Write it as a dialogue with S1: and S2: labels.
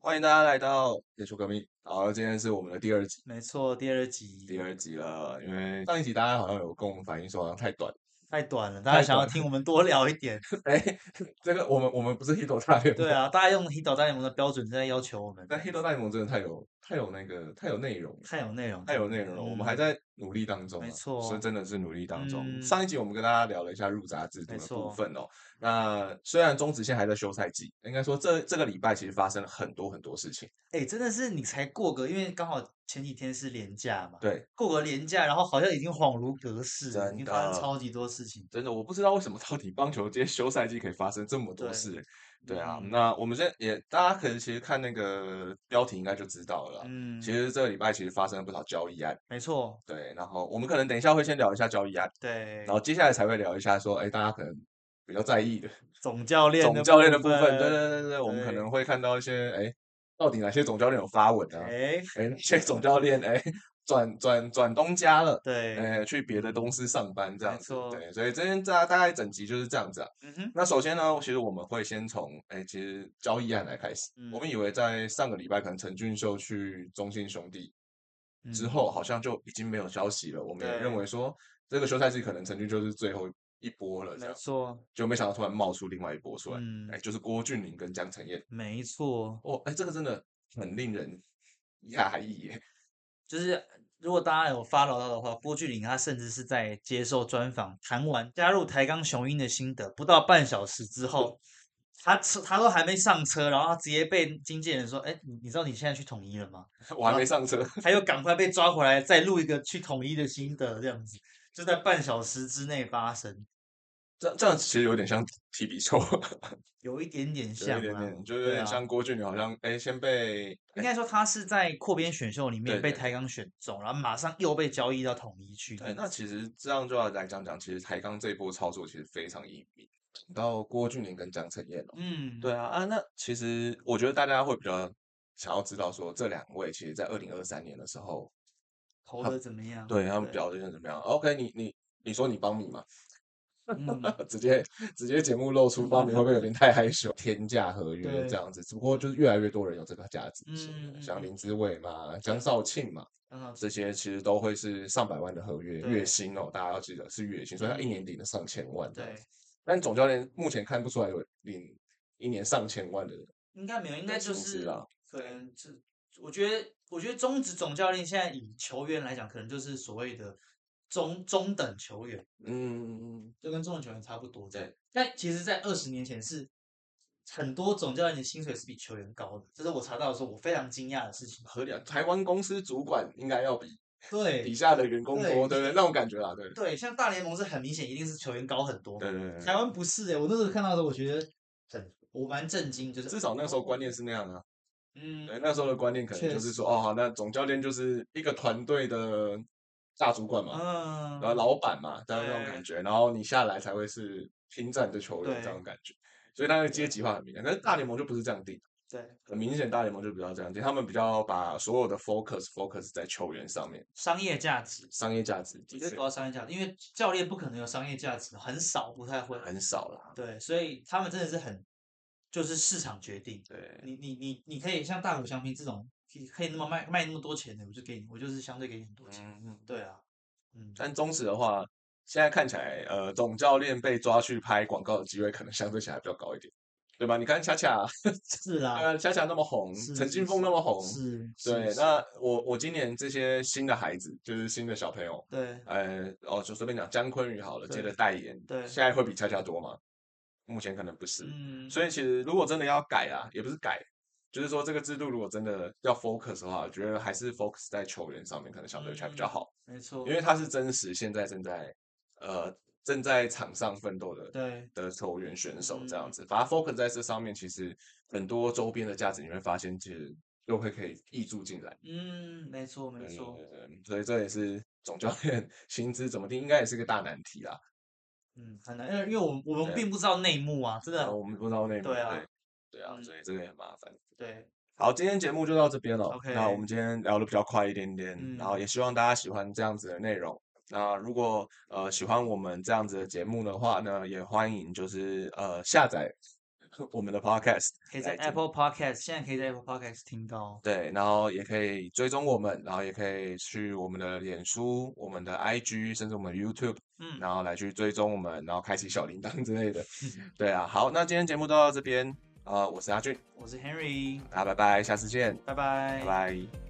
S1: 欢迎大家来到结束革命。好，今天是我们的第二集，
S2: 没错，第二集
S1: 第二集了。因为上一集大家好像有跟我们反映说好像太短，
S2: 太短了，大家
S1: 太
S2: 想
S1: 短
S2: 要听我们多聊一点。
S1: 哎，这个我们我们不是 h i t o 大联盟，
S2: 对啊，大家用《黑岛大联盟》的标准在要求我们，
S1: 但 h i t o 大联盟真的太有太有那个太有内容了，
S2: 太有内容，
S1: 太有内容了。我们还
S2: 嗯
S1: 在努力当中啊，
S2: 没
S1: 是
S2: 错
S1: 真的是努力当中。
S2: 嗯
S1: 上一集我们跟大家聊了一下入闸制度
S2: 没
S1: 的部
S2: 错
S1: 分哦。那虽然中职线还在休赛季，应该说这这个礼拜其实发生了很多很多事情。
S2: 哎、真的是你才过个，因为刚好前几天是连假嘛，
S1: 对，
S2: 过个连假，然后好像已经恍如隔世了，已
S1: 真
S2: 经发
S1: 的
S2: 生超级多事情。
S1: 真的，我不知道为什么到底棒球界休赛季可以发生这么多
S2: 对
S1: 事欸。对啊，
S2: 嗯
S1: 那我们现在也大家可能其实看那个标题应该就知道了啦。
S2: 嗯，
S1: 其实这个礼拜其实发生了不少交易案，
S2: 没错，
S1: 对，然后我们可能等一下会先聊一下交易案，
S2: 对
S1: 然，后接下来才会聊一下说，哎，大家可能比较在意的
S2: 总教练
S1: 总教练的部分，
S2: 分，
S1: 对对对对，我们可
S2: 对
S1: 能会看到一些，哎，到底哪些总教练有发文啊？
S2: 哎、
S1: 哎，哪些总教练哎转转转东家了，
S2: 对，
S1: 哎，去别的公司上班这
S2: 没
S1: 样子，
S2: 错
S1: 对，所以今天大大概整集就是这样子啊。
S2: 嗯哼，
S1: 那首先呢，其实我们会先从哎，其实交易案来开始。我
S2: 嗯
S1: 们以为在上个礼拜可能陈俊秀去中信兄弟之
S2: 嗯
S1: 后，好像就已经没有消息了。我们也认
S2: 对
S1: 为说这个休赛季可能陈俊秀是最后一波了，这
S2: 没
S1: 样
S2: 错，
S1: 就没想到突然冒出另外一波出来，
S2: 嗯
S1: 哎，就是郭俊麟跟江承彦。
S2: 没错，
S1: 哦，哎，这个真的很令人讶异耶。
S2: 就是如果大家有 follow 到的话，郭俊麟他甚至是在接受专访谈完加入台钢雄鹰的心得，不到半小时之后，他车他都还没上车，然后他直接被经纪人说：“哎，你你知道你现在去统一了吗
S1: 我还没上车，？”
S2: 他又赶快被抓回来，再录一个去统一的心得，这样子就在半小时之内发生，
S1: 这这样其实有点像踢比 球。
S2: 有一点点
S1: 有
S2: 像
S1: 一点
S2: 啊
S1: 点，就有
S2: 对
S1: 点
S2: 啊
S1: 像郭俊麟，好像哎、先被
S2: 应该说他是在扩编选秀里
S1: 对
S2: 面被
S1: 对
S2: 台钢选中，然后马上又被交易到统一去。
S1: 对，那其实这样就要来讲讲，其实台钢这一波操作其实非常隐蔽，到郭俊麟跟江承彦哦。
S2: 嗯，
S1: 对啊啊，那其实我觉得大家会比较想要知道说这两位其实，在二零二三年的时候，
S2: 投
S1: 他
S2: 的怎么样？
S1: 对他们表现得怎么样？OK，你啊你你说你帮你嘛，
S2: 嗯，
S1: 直接直接节目露出帮你，会不会有点太害羞？天价合约这
S2: 对
S1: 样子，只不过就是越来越多人有这个价值性了，
S2: 嗯嗯
S1: 像
S2: 嗯
S1: 林志伟嘛，江少庆嘛。
S2: 刚好
S1: 这些其实都会是上百万的合约，月
S2: 对
S1: 薪哦，大家要记得是月薪，所以他一年领了上千万这样
S2: 对
S1: 子。，但总教练目前看不出来有领一年上千万的人，
S2: 应该没有，应
S1: 的
S2: 该就
S1: 薪资
S2: 是
S1: 啦
S2: 可能是，我觉得，我觉得中职总教练现在以球员来讲，可能就是所谓的中中等球员，
S1: 嗯，
S2: 就跟中等球员差不多这样
S1: 对。。
S2: 但其实，在二十年前是很多总教练的薪水是比球员高的，这是我查到的时候我非常惊讶的事情
S1: 合理啊。台湾公司主管应该要比底
S2: 对
S1: 下的员工
S2: 对
S1: 多，对不对？那种感觉啦，对
S2: 对，像大联盟是很明显一定是球员高很多嘛，
S1: 对对对
S2: 台湾不是哎、我那时候看到的时候，我觉得很我蛮震惊，就
S1: 对，
S2: 是
S1: 至少那时候观念是那样啊。
S2: 嗯
S1: 对，那时候的观念可能
S2: 确
S1: 就是说，哦，好，那总教练就是一个团队的大主管嘛，
S2: 嗯，
S1: 然后老板嘛，这样那种感
S2: 对
S1: 觉，然后你下来才会是拼战的球员这
S2: 对
S1: 种感觉，所以他的阶级化很明显。但是大联盟就不是这样定，
S2: 对
S1: 很明显大联盟就比较这样定，他们比较把所有的 focus focus 在球员上面，
S2: 商业价值。
S1: 商业价值的
S2: 绝对
S1: 确
S2: 不要商业价值，因为教练不可能有商业价值，很少，不太会。
S1: 很少啦。
S2: 对，所以他们真的是很，就是市场决定。
S1: 对，
S2: 你你你你可以像大谷翔平这种，可以可以那么卖卖那么多钱的，我就给你，我就是相对给你很多钱。
S1: 嗯，
S2: 对啊，嗯，
S1: 但中职的话，现在看起来，呃，总教练被抓去拍广告的机会可能相对起来比较高一点，对吧？你看恰恰，
S2: 是啦，
S1: 呃，恰恰那么红，
S2: 是
S1: 陈
S2: 是
S1: 金峰
S2: 是
S1: 那么红，
S2: 是，是
S1: 对，
S2: 是
S1: 那我我今年这些新的孩子，就是新的小朋友。
S2: 对
S1: 呃，哦，就随便讲姜昆宇好了，接
S2: 对
S1: 着代言，
S2: 对
S1: 现在会比恰恰多吗？目前可能不是，
S2: 嗯，
S1: 所以其实如果真的要改啊，也不是改，就是说这个制度如果真的要 focus 的话，我觉得还是 focus 在球员上面，可能相对起来比较
S2: 嗯
S1: 好，
S2: 没错，
S1: 因为他是真实现在正在呃正在场上奋斗的
S2: 对
S1: 的球员选手这样
S2: 嗯
S1: 子，把它 focus 在这上面，其实很多周边的价值你会发现，其实就会可以溢注进来。
S2: 嗯，没错没错，
S1: 嗯，所以这也是总教练 薪资怎么定，应该也是个大难题啦。
S2: 嗯，很难，因为因为我们我们
S1: 对哦
S2: 并不知道内幕啊，真
S1: 然
S2: 的
S1: 后，我们不知道内幕，
S2: 对啊
S1: 对啊，
S2: 嗯
S1: 所以这个也很麻烦。
S2: 对，
S1: 好，今天节目就到这边了。那我
S2: OK
S1: 们今天聊的比较快一点点，然后
S2: 嗯
S1: 也希望大家喜欢这样子的内容。那如果呃喜欢我们这样子的节目的话呢，也欢迎就是呃下载 我们的 podcast，
S2: 可以在
S1: 来听
S2: Apple Podcast，现在可以在 Apple Podcast 听到哦。
S1: 对，然后也可以追踪我们，然后也可以去我们的脸书、我们的 IG，甚至我们的 YouTube，
S2: 嗯，
S1: 然后来去追踪我们，然后开启小铃铛之类的。对啊，好，那今天节目就到这边，呃，我是阿俊，
S2: 我是 Henry，
S1: 大家拜拜，下次见，
S2: 拜拜
S1: 拜拜。